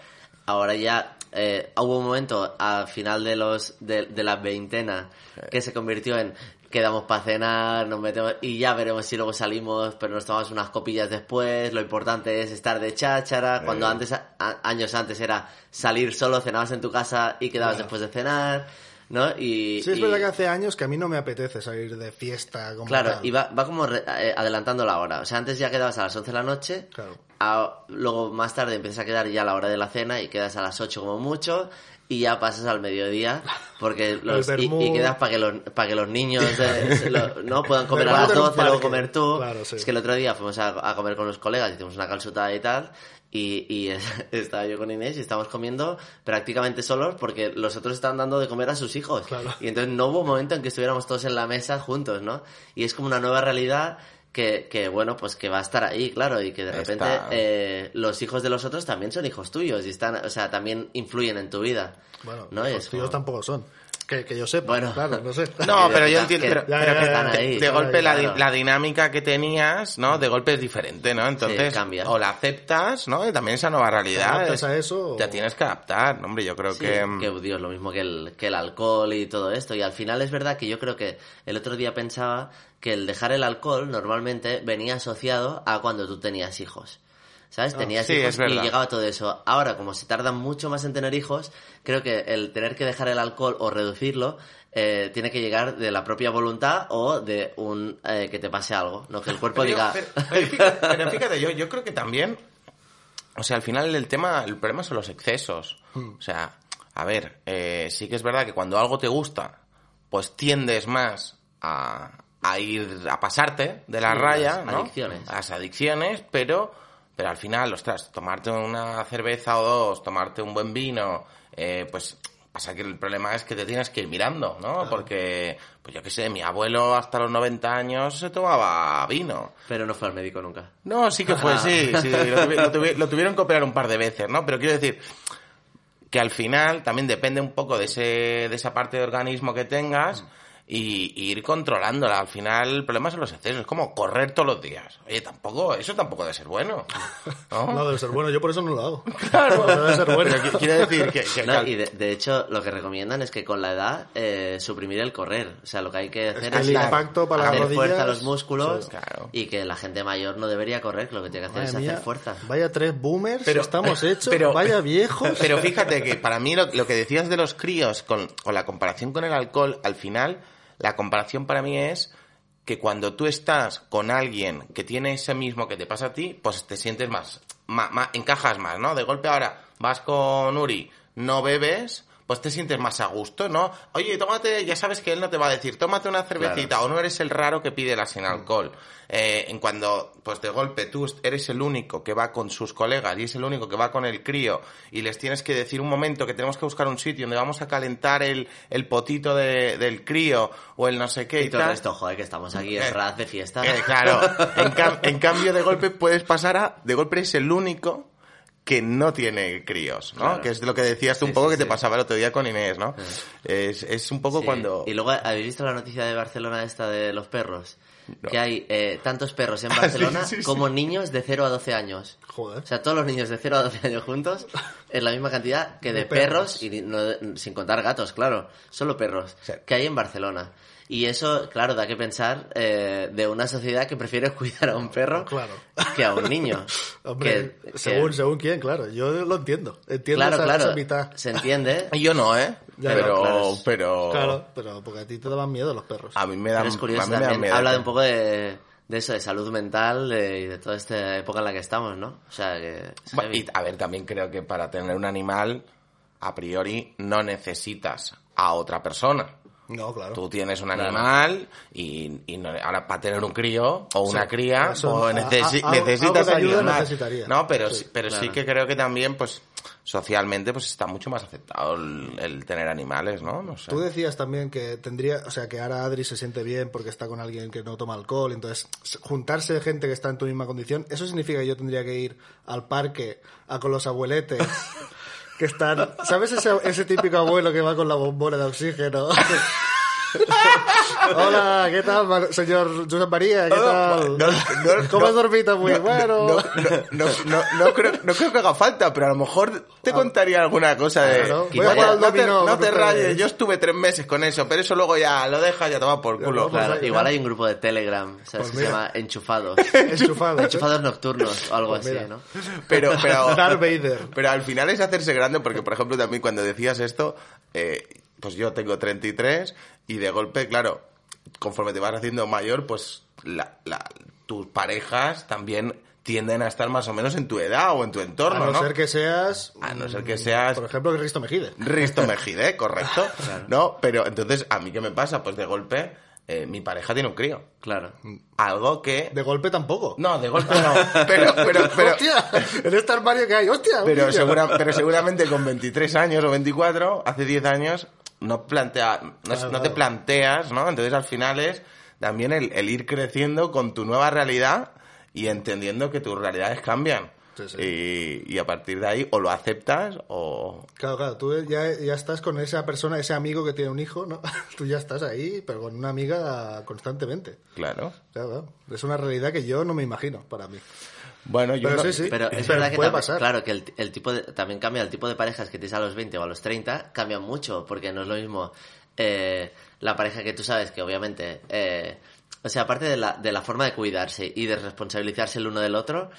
C: ahora ya eh, hubo un momento al final de los de, de la veintena
B: Eh.
C: que se convirtió en quedamos para cenar, nos metemos y ya veremos si luego salimos, pero nos tomamos unas copillas después, lo importante es estar de cháchara,
B: Eh.
C: cuando antes, a- a- años antes era salir solo, cenabas en tu casa y quedabas después de cenar, ¿no? Y,
B: Sí, es
C: y-
B: verdad que hace años que a mí no me apetece salir de fiesta como
C: Claro,
B: tal.
C: y va, va como re- eh, adelantando la hora. O sea, antes ya quedabas a las 11 de la noche,
B: Claro.
C: a- luego más tarde empiezas a quedar ya a la hora de la cena y quedas a las 8 como mucho y ya pasas al mediodía porque los, y,
B: vermú.
C: y quedas para que, los- pa' que los niños de- se lo- no puedan comer a
B: Vermú
C: las
B: en un
C: 12, luego
B: parque.
C: comer tú.
B: Claro, sí.
C: Es que el otro día fuimos a, a comer con los colegas, hicimos una calzutada y tal. Y, y es- estaba yo con Inés y estábamos comiendo prácticamente solos porque los otros estaban dando de comer a sus hijos.
B: Claro.
C: Y entonces no hubo momento en que estuviéramos todos en la mesa juntos, ¿no? Y es como una nueva realidad que, que bueno, pues que va a estar ahí, claro, y que de repente
D: Está.
C: eh, los hijos de los otros también son hijos tuyos y están, o sea, también influyen en tu vida.
B: Bueno,
C: ¿no? Y
B: los
C: es
B: tíos
C: como-
B: tampoco son. Que, que yo sepa,
C: Bueno.
B: claro, no sé.
D: No, pero yo
C: Que-
D: entiendo.
C: que-
D: pero-
B: ya,
D: pero
B: ya,
D: que
B: ya,
D: te-
C: ahí,
D: de
C: claro,
D: golpe la, di-
C: claro.
D: la dinámica que tenías, ¿no? De golpe es diferente, ¿no? Entonces,
C: Sí, cambia.
D: o la aceptas, ¿no? Y también esa nueva
B: ¿Te
D: realidad.
C: pues,
B: adaptas
D: es-
B: a eso o-
D: Te tienes que adaptar, ¿no? hombre. Yo creo
C: Sí,
D: que. mm,
C: que, oh, Dios, lo mismo que el, que el alcohol y todo esto. Y al final es verdad que yo creo que el otro día pensaba que el dejar el alcohol normalmente venía asociado a cuando tú tenías hijos. ¿Sabes? Tenías
D: Ah, sí,
C: hijos
D: es verdad.
C: y llegaba todo eso. Ahora, como se tarda mucho más en tener hijos, creo que el tener que dejar el alcohol o reducirlo eh, tiene que llegar de la propia voluntad o de un eh, que te pase algo. No que el cuerpo
D: Pero,
C: diga.
D: pero- pero fíjate, pero fíjate, yo, yo creo que también. O sea, al final el tema, el problema son los excesos.
C: Hmm.
D: O sea, a ver, eh, sí que es verdad que cuando algo te gusta, pues tiendes más a, a ir a pasarte de la
C: Sí,
D: raya.
C: las
D: ¿no?
C: adicciones.
D: A las adicciones, pero, pero al final, ostras, tomarte una cerveza o dos, tomarte un buen vino, eh, pues pasa que el problema es que te tienes que ir mirando, ¿no? Porque, pues yo qué sé, mi abuelo hasta los 90 años se tomaba vino.
C: Pero no fue al médico nunca.
D: No, sí que fue, sí, sí, lo, tuvi- lo tuvi- lo tuvieron que operar un par de veces, ¿no? Pero quiero decir que al final también depende un poco de, ese, de esa parte de organismo que tengas y, y ir controlándola. Al final, el problema son los excesos. Es como correr todos los días. Oye, tampoco, eso tampoco debe ser bueno. ¿no?
B: No debe ser bueno, yo por eso no lo hago.
D: Claro.
B: No debe ser bueno.
D: Pero qui- quiero decir que, que-
C: No,
D: que-
C: y de, de hecho, lo que recomiendan es que con la edad eh, suprimir el correr. O sea, lo que hay que hacer
B: que
C: es
B: el
C: dar-
B: impacto para las
C: hacer
B: rodillas-
C: fuerza a los músculos
D: Sí, claro.
C: y que la gente mayor no debería correr. Lo que tiene que hacer
B: Madre
C: es
B: mía,
C: hacer fuerza.
B: Vaya tres boomers,
D: Pero-
B: estamos hechos,
D: pero-
B: vaya viejos.
D: Pero fíjate que para mí lo, lo que decías de los críos con, con la comparación con el alcohol, al final la comparación para mí es que cuando tú estás con alguien que tiene ese mismo que te pasa a ti, pues te sientes más, ma- ma- encajas más, ¿no? De golpe ahora vas con Uri, no bebes, pues te sientes más a gusto, ¿no? Oye, tómate, ya sabes que él no te va a decir, tómate una cervecita o no eres el raro que pide la sin
C: Mm.
D: alcohol. Eh, en cuando, pues de golpe tú eres el único que va con sus colegas y es el único que va con el crío y les tienes que decir un momento que tenemos que buscar un sitio donde vamos a calentar el, el potito de- del crío o el no sé qué y,
C: Y todo el
D: tal.
C: resto, joder, que estamos aquí
D: Eh,
C: en raz de fiesta.
D: Eh, claro. En, cam- en cambio, de golpe puedes pasar a. De golpe es el único que no tiene críos, ¿no?
C: Claro.
D: Que es lo que decías tú un
C: Sí,
D: poco
C: sí,
D: que te
C: sí.
D: pasaba el otro día con Inés, ¿no? Es, es un poco
C: Sí.
D: cuando.
C: Y luego, ¿habéis visto la noticia de Barcelona esta de los perros?
D: No.
C: Que hay eh, tantos perros
B: Ah,
C: en Barcelona
D: sí, sí.
C: como niños de 0 a 12 años.
B: Joder.
C: O sea, todos los niños de 0 a 12 años juntos es la misma cantidad que de,
B: De perros.
C: perros, y no- sin contar gatos, claro, solo perros
D: Sí.
C: que hay en Barcelona. Y eso, claro, da que pensar eh, de una sociedad que prefiere cuidar a un perro
B: Claro.
C: que a un niño.
B: Hombre,
C: Que- que-
B: según, según quién, claro. Yo lo entiendo. Entiendo
C: claro,
B: esa,
C: claro,
B: esa mitad.
C: se entiende.
D: Yo no, ¿eh?
B: Ya,
D: pero.
C: no, claro, es-
D: pero
B: Claro, pero porque a ti te daban miedo los perros.
D: A mí me da
C: Pero es curioso también, habla de un poco de, de eso, de salud mental de- y de toda esta época en la que estamos, ¿no? O sea, que... es
D: Bueno,
C: heavy.
D: y, a ver, también creo que para tener un animal, a priori, no necesitas a otra persona.
B: No, claro.
D: Tú tienes un animal y, y no- ahora para tener un crío o una cría
B: eso,
D: o
B: a-
D: necesi-
B: a- a- algo
D: necesitas
B: de ayuda
D: ayuda.
B: necesitaría.
D: No, pero sí, pero sí
C: claro.
D: que creo que también pues socialmente pues está mucho más aceptado el, el tener animales, ¿no? No sé.
B: Tú decías también que tendría, o sea, que ahora Adri se siente bien porque está con alguien que no toma alcohol, entonces juntarse de gente que está en tu misma condición, eso significa que yo tendría que ir al parque a con los abueletes que están, ¿sabes ese, ese típico abuelo que va con la bombona de oxígeno? Hola, ¿qué tal, ma- señor Josep María? ¿Qué tal?
D: Oh, No, no, no,
B: ¿Cómo has dormido? Muy bueno.
D: No, no, no, no- no creo, no creo que haga falta, pero a lo mejor te contaría alguna cosa de...
B: Ah. Claro. Voy
D: Quizá
B: a
D: ya-
B: jugar al
D: no te,
B: dominó
D: no
B: con
D: te
B: ustedes.
D: rayes, yo estuve tres meses con eso, pero eso luego ya lo dejas ya tomar por culo.
B: no, pues
C: Claro,
B: ahí,
C: igual
B: claro.
C: hay un grupo de Telegram, ¿sabes?
B: Pues
C: que
B: mira.
C: se llama Enchufados.
B: Enchufado.
C: Enchufados nocturnos o algo
B: Pues
C: así,
B: mira.
C: ¿no?
D: Pero, pero,
B: Darth Vader.
D: Pero al final es hacerse grande porque, por ejemplo, también cuando decías esto, eh, pues yo tengo 33 y de golpe, claro, conforme te vas haciendo mayor, pues la- la- tus parejas también tienden a estar más o menos en tu edad o en tu
B: A
D: entorno,
B: no
D: ¿no?
B: ser que seas,
D: A no ser que
B: mm,
D: seas
B: por ejemplo, que Risto Mejide.
D: Risto Mejide, correcto, ¿no? Pero entonces, ¿a mí qué me pasa? Pues de golpe, eh, mi pareja tiene un crío.
C: Claro.
D: Algo que...
B: De golpe tampoco.
D: No, de golpe no. Pero, pero, pero...
B: ¡Hostia! En este armario que hay, ¡hostia! un
D: Pero,
B: niño.
D: segura- pero seguramente con 23 años o 24, hace 10 años, no, plantea, no, es- no te
B: Claro.
D: planteas, ¿no? Entonces al final es también el, el ir creciendo con tu nueva realidad y entendiendo que tus realidades cambian.
B: Sí, sí.
D: Y, y a partir de ahí o lo aceptas o...
B: Claro, claro, tú ya, ya estás con esa persona, ese amigo que tiene un hijo, ¿no? Tú ya estás ahí, pero con una amiga constantemente.
D: Claro.
B: Claro, claro. Es una realidad que yo no me imagino para mí.
D: Bueno, yo...
B: Pero
D: no-
B: sí, sí.
C: Pero es
B: Pero
C: verdad que
B: puede
C: también,
B: pasar.
C: claro, que el, el tipo de- también cambia el tipo de parejas que tienes a los 20 o a los 30, cambia mucho, porque no es lo mismo eh, la pareja que tú sabes que obviamente, eh, o sea, aparte de la, de la forma de cuidarse y de responsabilizarse el uno del otro,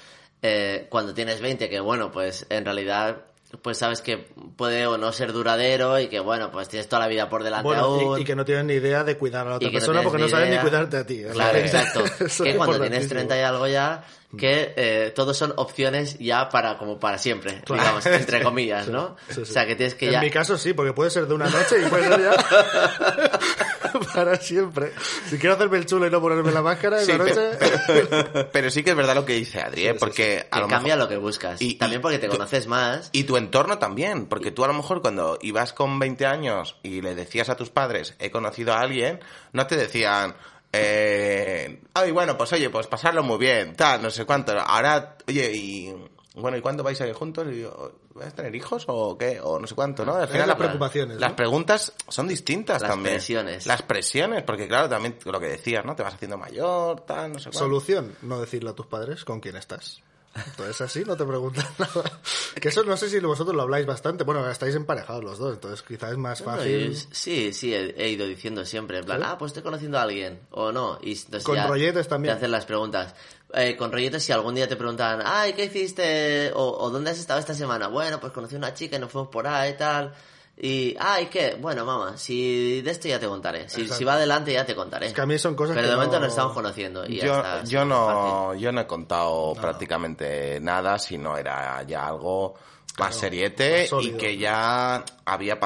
C: eh, cuando tienes 20, que bueno, pues en realidad pues sabes que puede o no ser duradero y que bueno, pues tienes toda la vida por delante
B: Bueno,
C: aún.
B: y, y que no tienes ni idea de cuidar a la
C: Y
B: otra
C: que no
B: persona
C: tienes
B: porque no
C: ni
B: sabes ni
C: idea.
B: cuidarte a ti. O sea,
C: Claro,
B: que-
C: exacto.
B: eso
C: que
B: es
C: cuando tienes
B: importantísimo. Mm.
C: 30 y algo ya, que eh, todos son opciones ya para como para siempre, digamos, entre comillas, ¿no?
B: Sí, sí.
C: O sea, que tienes que
B: En
C: ya...
B: mi caso sí, porque puede ser de una noche y puede ser ya... para siempre. Si quiero hacerme el chulo y no ponerme la máscara en
D: sí,
B: la
D: pe-
B: noche...
D: pe- pe- pero, sí que es verdad lo que dice Adri, ¿eh? porque a
C: que
D: lo
C: cambia
D: mejor-
C: lo que buscas.
D: Y-
C: También
D: y-
C: porque te
D: tú-
C: conoces más.
D: Y tu entorno también, porque tú a lo mejor cuando ibas con 20 años y le decías a tus padres, he conocido a alguien, no te decían, eh, ay, bueno, pues oye, pues pasarlo muy bien, tal, no sé cuánto. Ahora, oye, y bueno, ¿y cuándo vais a ir juntos? Y yo, ¿Vais a tener hijos o qué? O no sé cuánto, ¿no? Al
B: Eran
D: final
B: las
D: la-
B: preocupaciones. ¿no?
D: Las preguntas son distintas
C: Las
D: también.
C: presiones.
D: Las presiones, porque claro, también lo que decías, ¿no? Te vas haciendo mayor, tal, no sé cuánto.
B: Solución, no decirle a tus padres con quién estás. Entonces así no te preguntan nada. Que eso no sé si vosotros lo habláis bastante. Bueno, estáis emparejados los dos, entonces quizás es más
C: Bueno,
B: fácil.
C: y- sí, sí, he, he ido diciendo siempre, en plan,
B: ¿Sí?
C: ah, pues estoy conociendo a alguien, o no. Y entonces
B: Con
C: ya
B: rolletes también.
C: Te hacen las preguntas. Eh, con rolletes, si algún día te preguntan, ay, ¿qué hiciste? O, o ¿dónde has estado esta semana? Bueno, pues conocí a una chica y nos fuimos por ahí y tal. Y, ay, ¿qué? Bueno, mamá, si de esto ya te contaré. Si,
B: Exacto.
C: si va adelante ya te contaré.
B: Es que a mí son cosas
C: Pero
B: que
C: de momento
B: no-
C: nos estamos conociendo. Y ya
D: yo,
C: está, es
D: yo
C: más fácil.
D: no yo no he contado prácticamente nada si no era ya algo más seriete
B: más sólido.
D: y que ya había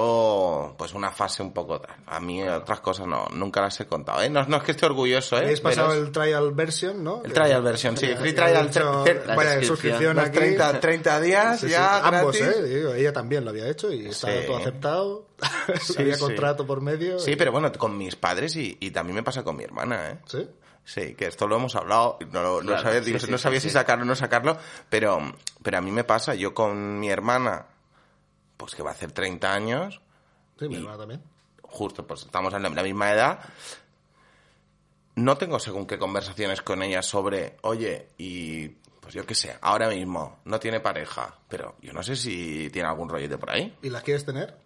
D: pasado pues una fase un poco tal. a mí otras cosas no nunca las he contado ¿eh? no, no es que esté orgulloso ¿eh?
B: Habéis pasado
D: Pero es-
B: el trial version, ¿no?
D: el trial version sí
B: Ya,
D: free
B: ya
D: trial
B: he dicho,
D: ver-
B: Vaya,
C: La
B: suscripción
C: suscripción
D: unos
B: aquí.
D: 30, 30 días
B: Sí, sí,
D: ya
B: ambos,
D: gratis.
B: ¿eh? Digo, ella también lo había hecho y estaba
D: Sí.
B: todo aceptado.
D: Sí,
B: había
D: sí.
B: contrato por medio.
D: sí
B: y-
D: pero bueno con mis padres y, y también me pasa con mi hermana ¿eh?
B: ¿Sí?
D: Sí, que esto lo hemos hablado, no, lo- no
C: Claro,
D: sabía,
C: sí,
D: digo,
C: sí,
D: no
C: sí,
D: sabía
C: sí.
D: si sacarlo o no sacarlo, pero, pero a mí me pasa, yo con mi hermana, pues que va a hacer 30 años,
B: Sí, mi hermana también.
D: justo, pues estamos en la la misma edad, no tengo según qué conversaciones con ella sobre, oye, y pues yo qué sé, ahora mismo no tiene pareja, pero yo no sé si tiene algún rollete por ahí.
B: ¿Y las quieres tener?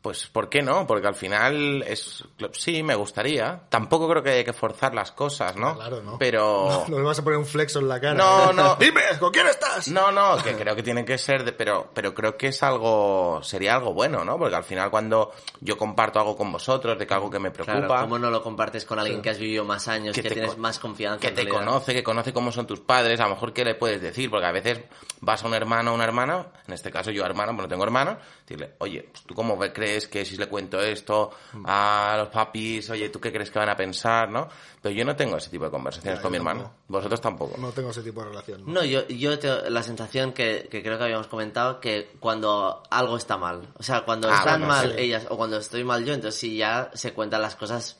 D: Pues, ¿por qué no? Porque al final es... Sí, me gustaría. Tampoco creo que haya que forzar las cosas, ¿no?
B: Claro, ¿no?
D: Pero...
B: No le vas a poner un flexo en la cara.
D: No, no.
B: ¡Dime! ¿Con quién estás?
D: No, no, que creo que tiene que ser, de- pero, pero creo que es algo, sería algo bueno, ¿no? Porque al final cuando yo comparto algo con vosotros, de que algo que me preocupa,
C: Claro, ¿cómo no lo compartes con alguien que has vivido más años,
D: Que
C: que,
D: te
C: tienes
D: con-
C: más confianza?
D: que
C: en
D: te
C: realidad?
D: conoce, que conoce cómo son tus padres, a lo mejor qué le puedes decir, porque a veces vas a un hermano o una hermana, en este caso yo hermano, porque no tengo hermano, decirle, oye, pues, ¿tú cómo ve- crees que si le cuento esto a los papis, oye, ¿tú qué crees que van a pensar, no? Pero yo no tengo ese tipo de conversaciones
B: Ya,
D: con mi
B: yo
D: hermano,
B: tampoco.
D: vosotros tampoco.
B: No tengo ese tipo de relación. ¿no?
C: No, yo, yo te- la sensación que, que creo que habíamos comentado que cuando algo está mal, o sea, cuando
D: Ah,
C: están
D: bueno,
C: mal
D: sí.
C: ellas o cuando estoy mal yo, entonces sí ya se cuentan las cosas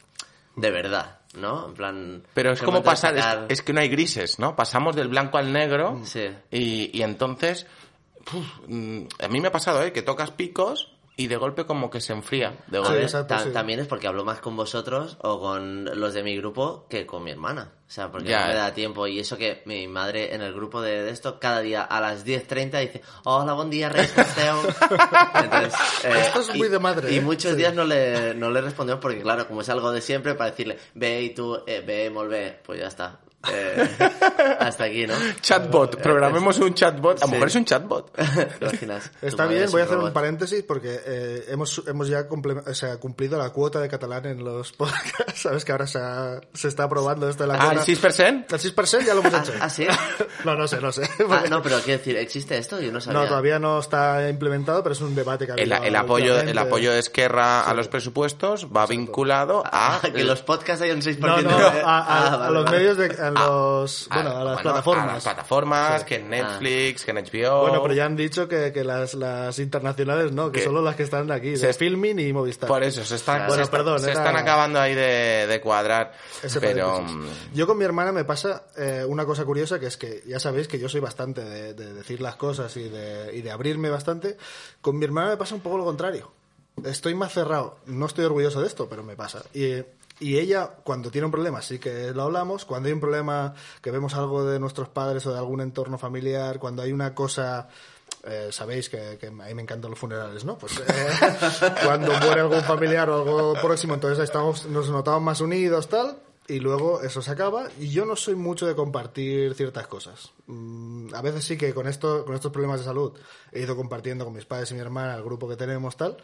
C: de verdad, ¿no? En plan...
D: Pero es
C: qué
D: como
C: momento de
D: pasar, es,
C: sacar-
D: es que no hay grises, ¿no? Pasamos del blanco al negro
C: Mm. Sí.
D: y, y entonces, puf, mm, a mí me ha pasado, ¿eh? Que tocas picos y de golpe como que se enfría.
B: Sí,
D: De
C: A
D: golpe.
C: ver,
B: exacto,
C: ta-
B: sí.
C: También es porque hablo más con vosotros o con los de mi grupo que con mi hermana. O sea, porque
D: Ya,
C: no me
D: eh.
C: da tiempo. Y eso que mi madre en el grupo de, de esto, cada día a las 10.30 dice, hola, buen día, Rey Casteo". Entonces, eh,
B: Esto es
C: y-
B: muy de madre,
C: Y
B: ¿eh?
C: muchos
B: Sí.
C: días no le, no le respondemos porque, claro, como es algo de siempre, para decirle, ve y tú, eh, ve, molve, pues ya está. Eh, hasta aquí, ¿no?
D: Chatbot, programemos un chatbot. A lo
C: Sí.
D: mejor es un chatbot.
C: ¿Te imaginas? Tu
B: Está
C: madre
B: bien,
C: es
B: voy a hacer
C: robot.
B: un paréntesis porque eh, hemos, hemos ya comple- o sea, cumplido la cuota de catalán en los podcasts. Sabes que ahora se, ha- se está aprobando esto de la
D: Ah, ¿el
B: cuota.
D: 6%?
B: El 6% ya lo hemos hecho.
C: ¿Ah, sí?
B: No, no sé, no sé.
C: Ah, no, pero quiero decir, ¿existe esto? Yo no sabía.
B: No, todavía no está implementado, pero es un debate que ha
D: El,
B: habido
D: el apoyo, el
B: últimamente.
D: apoyo de Esquerra a los presupuestos va vinculado a...
C: Ah, que los podcasts hay un 6%.
B: Eh, No, no,
C: de-
B: a, a-
C: Ah,
B: a
C: vale,
B: los
C: vale.
B: medios, de, a, los,
D: a-
B: bueno, a las
D: ah, bueno,
B: plataformas.
D: A las plataformas,
B: Sí.
C: Ah.
D: que en Netflix, que en HBO...
B: Bueno, pero ya han dicho que, que las, las internacionales no, que
D: Que-
B: solo las que están aquí, de
D: Se-
B: filming y Movistar.
D: Por eso, se están,
B: Bueno,
D: se está-
B: perdón,
D: se
B: era-
D: están acabando ahí de, de cuadrar.
B: Ese
D: pero mm,
B: paréntesis. Yo con mi hermana me pasa eh, una cosa curiosa, que es que ya sabéis que yo soy bastante de, de decir las cosas y de, y de abrirme bastante. Con mi hermana me pasa un poco lo contrario. Estoy más cerrado. No estoy orgulloso de esto, pero me pasa. Y, y ella, cuando tiene un problema, sí que lo hablamos. Cuando hay un problema, que vemos algo de nuestros padres o de algún entorno familiar, cuando hay una cosa... eh, sabéis que, que a mí me encantan los funerales, ¿no? Pues eh, cuando muere algún familiar o algo próximo, entonces estamos, nos notamos más unidos, tal, y luego eso se acaba y yo no soy mucho de compartir ciertas cosas. Mm, A veces sí que con esto con estos problemas de salud he ido compartiendo con mis padres y mi hermana el grupo que tenemos tal,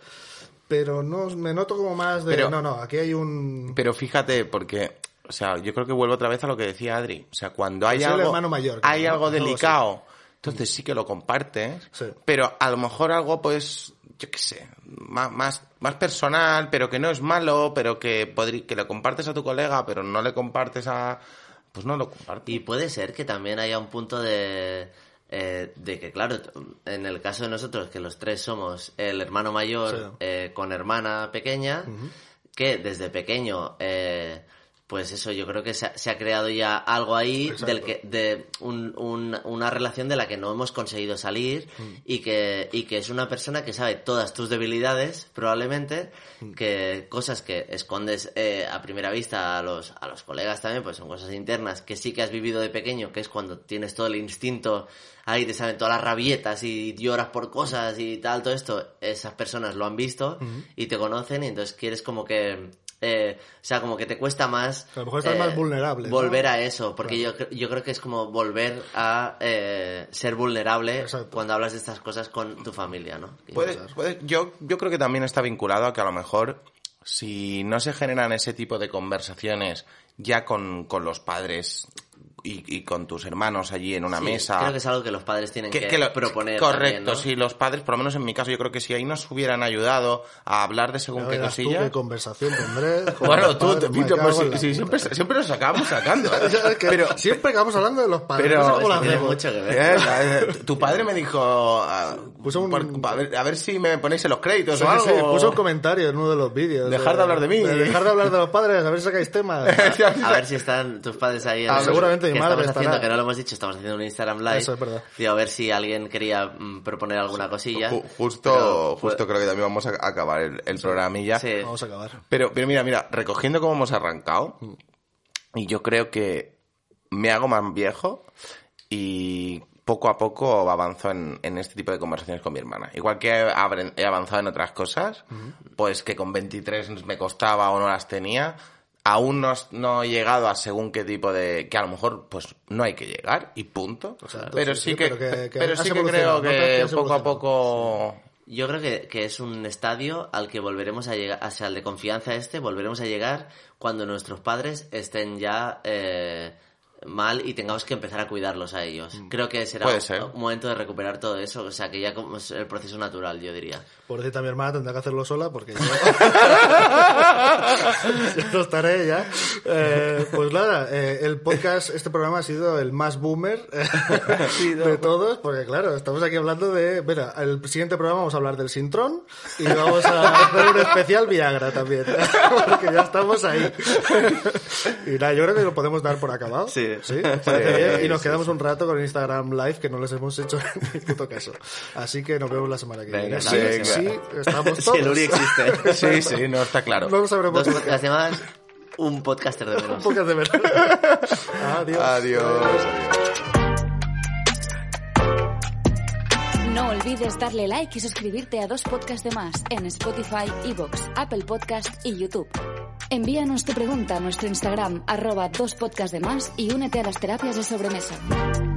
B: pero no me noto como más de
D: Pero-
B: no, no, aquí hay un
D: Pero fíjate, porque, o sea, yo creo que vuelvo otra vez a lo que decía Adri. O sea, cuando hay
B: Es el
D: algo,
B: hermano mayor, creo,
D: hay
B: ¿no?
D: algo
B: Algo así.
D: delicado, entonces sí que lo compartes,
B: Sí.
D: pero a lo mejor algo, pues, yo qué sé, más, más, más personal, pero que no es malo, pero que, podri- que lo compartes a tu colega, pero no le compartes a... Pues no lo compartes.
C: Y puede ser que también haya un punto de, eh, de que, claro, t- en el caso de nosotros, que los tres somos el hermano mayor
B: Sí.
C: eh, con hermana pequeña, que desde pequeño eh, pues eso, yo creo que se ha, se ha creado ya algo ahí
B: Exacto.
C: del que, de un- un- una relación de la que no hemos conseguido salir
B: Mm.
C: y, que, y que es una persona que sabe todas tus debilidades, probablemente,
B: Mm.
C: que cosas que escondes eh, a primera vista a los, a los colegas también, pues son cosas internas que sí que has vivido de pequeño, que es cuando tienes todo el instinto, ahí te saben todas las rabietas y lloras por cosas y tal, todo esto, esas personas lo han visto y te conocen y entonces quieres como que eh, o sea, como que te cuesta más. eh,
B: A lo mejor estás más vulnerable, ¿no?
C: Volver a eso, porque yo, cre- yo creo que es como volver a eh, ser vulnerable
B: Exacto.
C: cuando hablas de estas cosas con tu familia, ¿no?
D: Puede- puede- yo, yo creo que también está vinculado a que a lo mejor si no se generan ese tipo de conversaciones ya con, con los padres y, y con tus hermanos allí en una
C: Sí,
D: mesa.
C: Creo que es algo que los padres tienen que,
D: que- que lo-
C: proponer.
D: Correcto,
C: también, ¿no?
D: si los padres, por lo menos en mi caso, yo creo que si ahí nos hubieran ayudado a hablar de según
B: Ya
D: qué
B: verás tú
D: cosilla.
B: qué conversación tendré. con
D: Bueno,
B: los
D: tú,
B: padres,
D: te
B: me
D: pito,
B: cago
D: pues,
B: en la
D: sí, sí, siempre,
B: puta.
D: siempre nos acabamos sacando. ¿eh?
B: Es que
D: pero,
B: siempre acabamos hablando de los padres.
D: Pero-
B: no sé cómo lo
D: Eso
C: Tiene
B: hacemos.
C: mucho que ver.
D: Eh, eh, tu padre me dijo ah,
B: Puso un-
D: por- a, ver, a ver si me ponéis en los créditos
B: Sí,
D: o algo.
B: sí, puso un comentario en uno de los vídeos.
D: Dejar de hablar de mí.
B: dejar de hablar de los padres, a ver si sacáis temas.
C: A ver si están tus padres ahí. en
B: Ah,
C: el-
B: seguramente mi
C: que
B: madre
C: estamos
B: estará.
C: haciendo, que no lo hemos dicho, estamos haciendo un Instagram Live.
B: Eso es verdad.
C: Digo, a ver si alguien quería mm, proponer alguna cosilla.
D: Ju- justo,
C: Pero, pues,
D: justo creo que también vamos a acabar el, el programilla.
C: sí.
B: Vamos a acabar.
D: Pero, pero mira, mira, recogiendo cómo hemos arrancado, y yo creo que me hago más viejo y poco a poco avanzo en, en este tipo de conversaciones con mi hermana. Igual que he abren- he avanzado en otras cosas, pues que con 23 me costaba o no las tenía, aún no, has- no he llegado a según qué tipo de... que a lo mejor pues no hay que llegar y punto. pero
B: sí,
D: sí,
B: sí,
D: que,
B: pero que- que
D: pero
B: has
D: sí que creo
B: evolucionado, ¿no? Pero es que
D: que
B: has
D: poco a
B: evolucionado.
D: poco...
C: Yo creo que, que es un estadio al que volveremos a llegar, hacia el de confianza este, volveremos a llegar cuando nuestros padres estén ya eh, mal y tengamos que empezar a cuidarlos a ellos.
B: Mm.
C: Creo que será
D: Puede ser.
C: un momento de recuperar todo eso, o sea que ya como es el proceso natural, yo diría.
B: Por decirte a mi hermana, tendrá que hacerlo sola porque yo, Yo no estaré ya. Eh, pues nada, eh, el podcast, este programa ha sido el más boomer eh, de todos, porque claro, estamos aquí hablando de. Mira, el siguiente programa vamos a hablar del Sintrón y vamos a hacer un especial Viagra también, porque ya estamos ahí. Y nada, yo creo que lo podemos dar por acabado.
C: Sí.
B: parece
D: Sí,
B: bien.
D: sí,
B: y nos quedamos un rato con el Instagram Live que no les hemos hecho ni puto caso. Así que nos vemos la semana que viene.
C: Venga,
B: sí,
D: venga.
B: sí, estamos
C: Si
B: todos.
C: el Uri existe.
D: Sí, sí, no está claro.
B: No lo sabremos.
C: Dos podcasts de más, un podcaster de menos.
B: Pocas de verdad. Adiós.
D: Adiós, adiós.
A: No olvides darle like y suscribirte a dos podcasts de más en Spotify, Evox, Apple Podcast y YouTube. Envíanos tu pregunta a nuestro Instagram, arroba dos podcasts de más y únete a las terapias de sobremesa.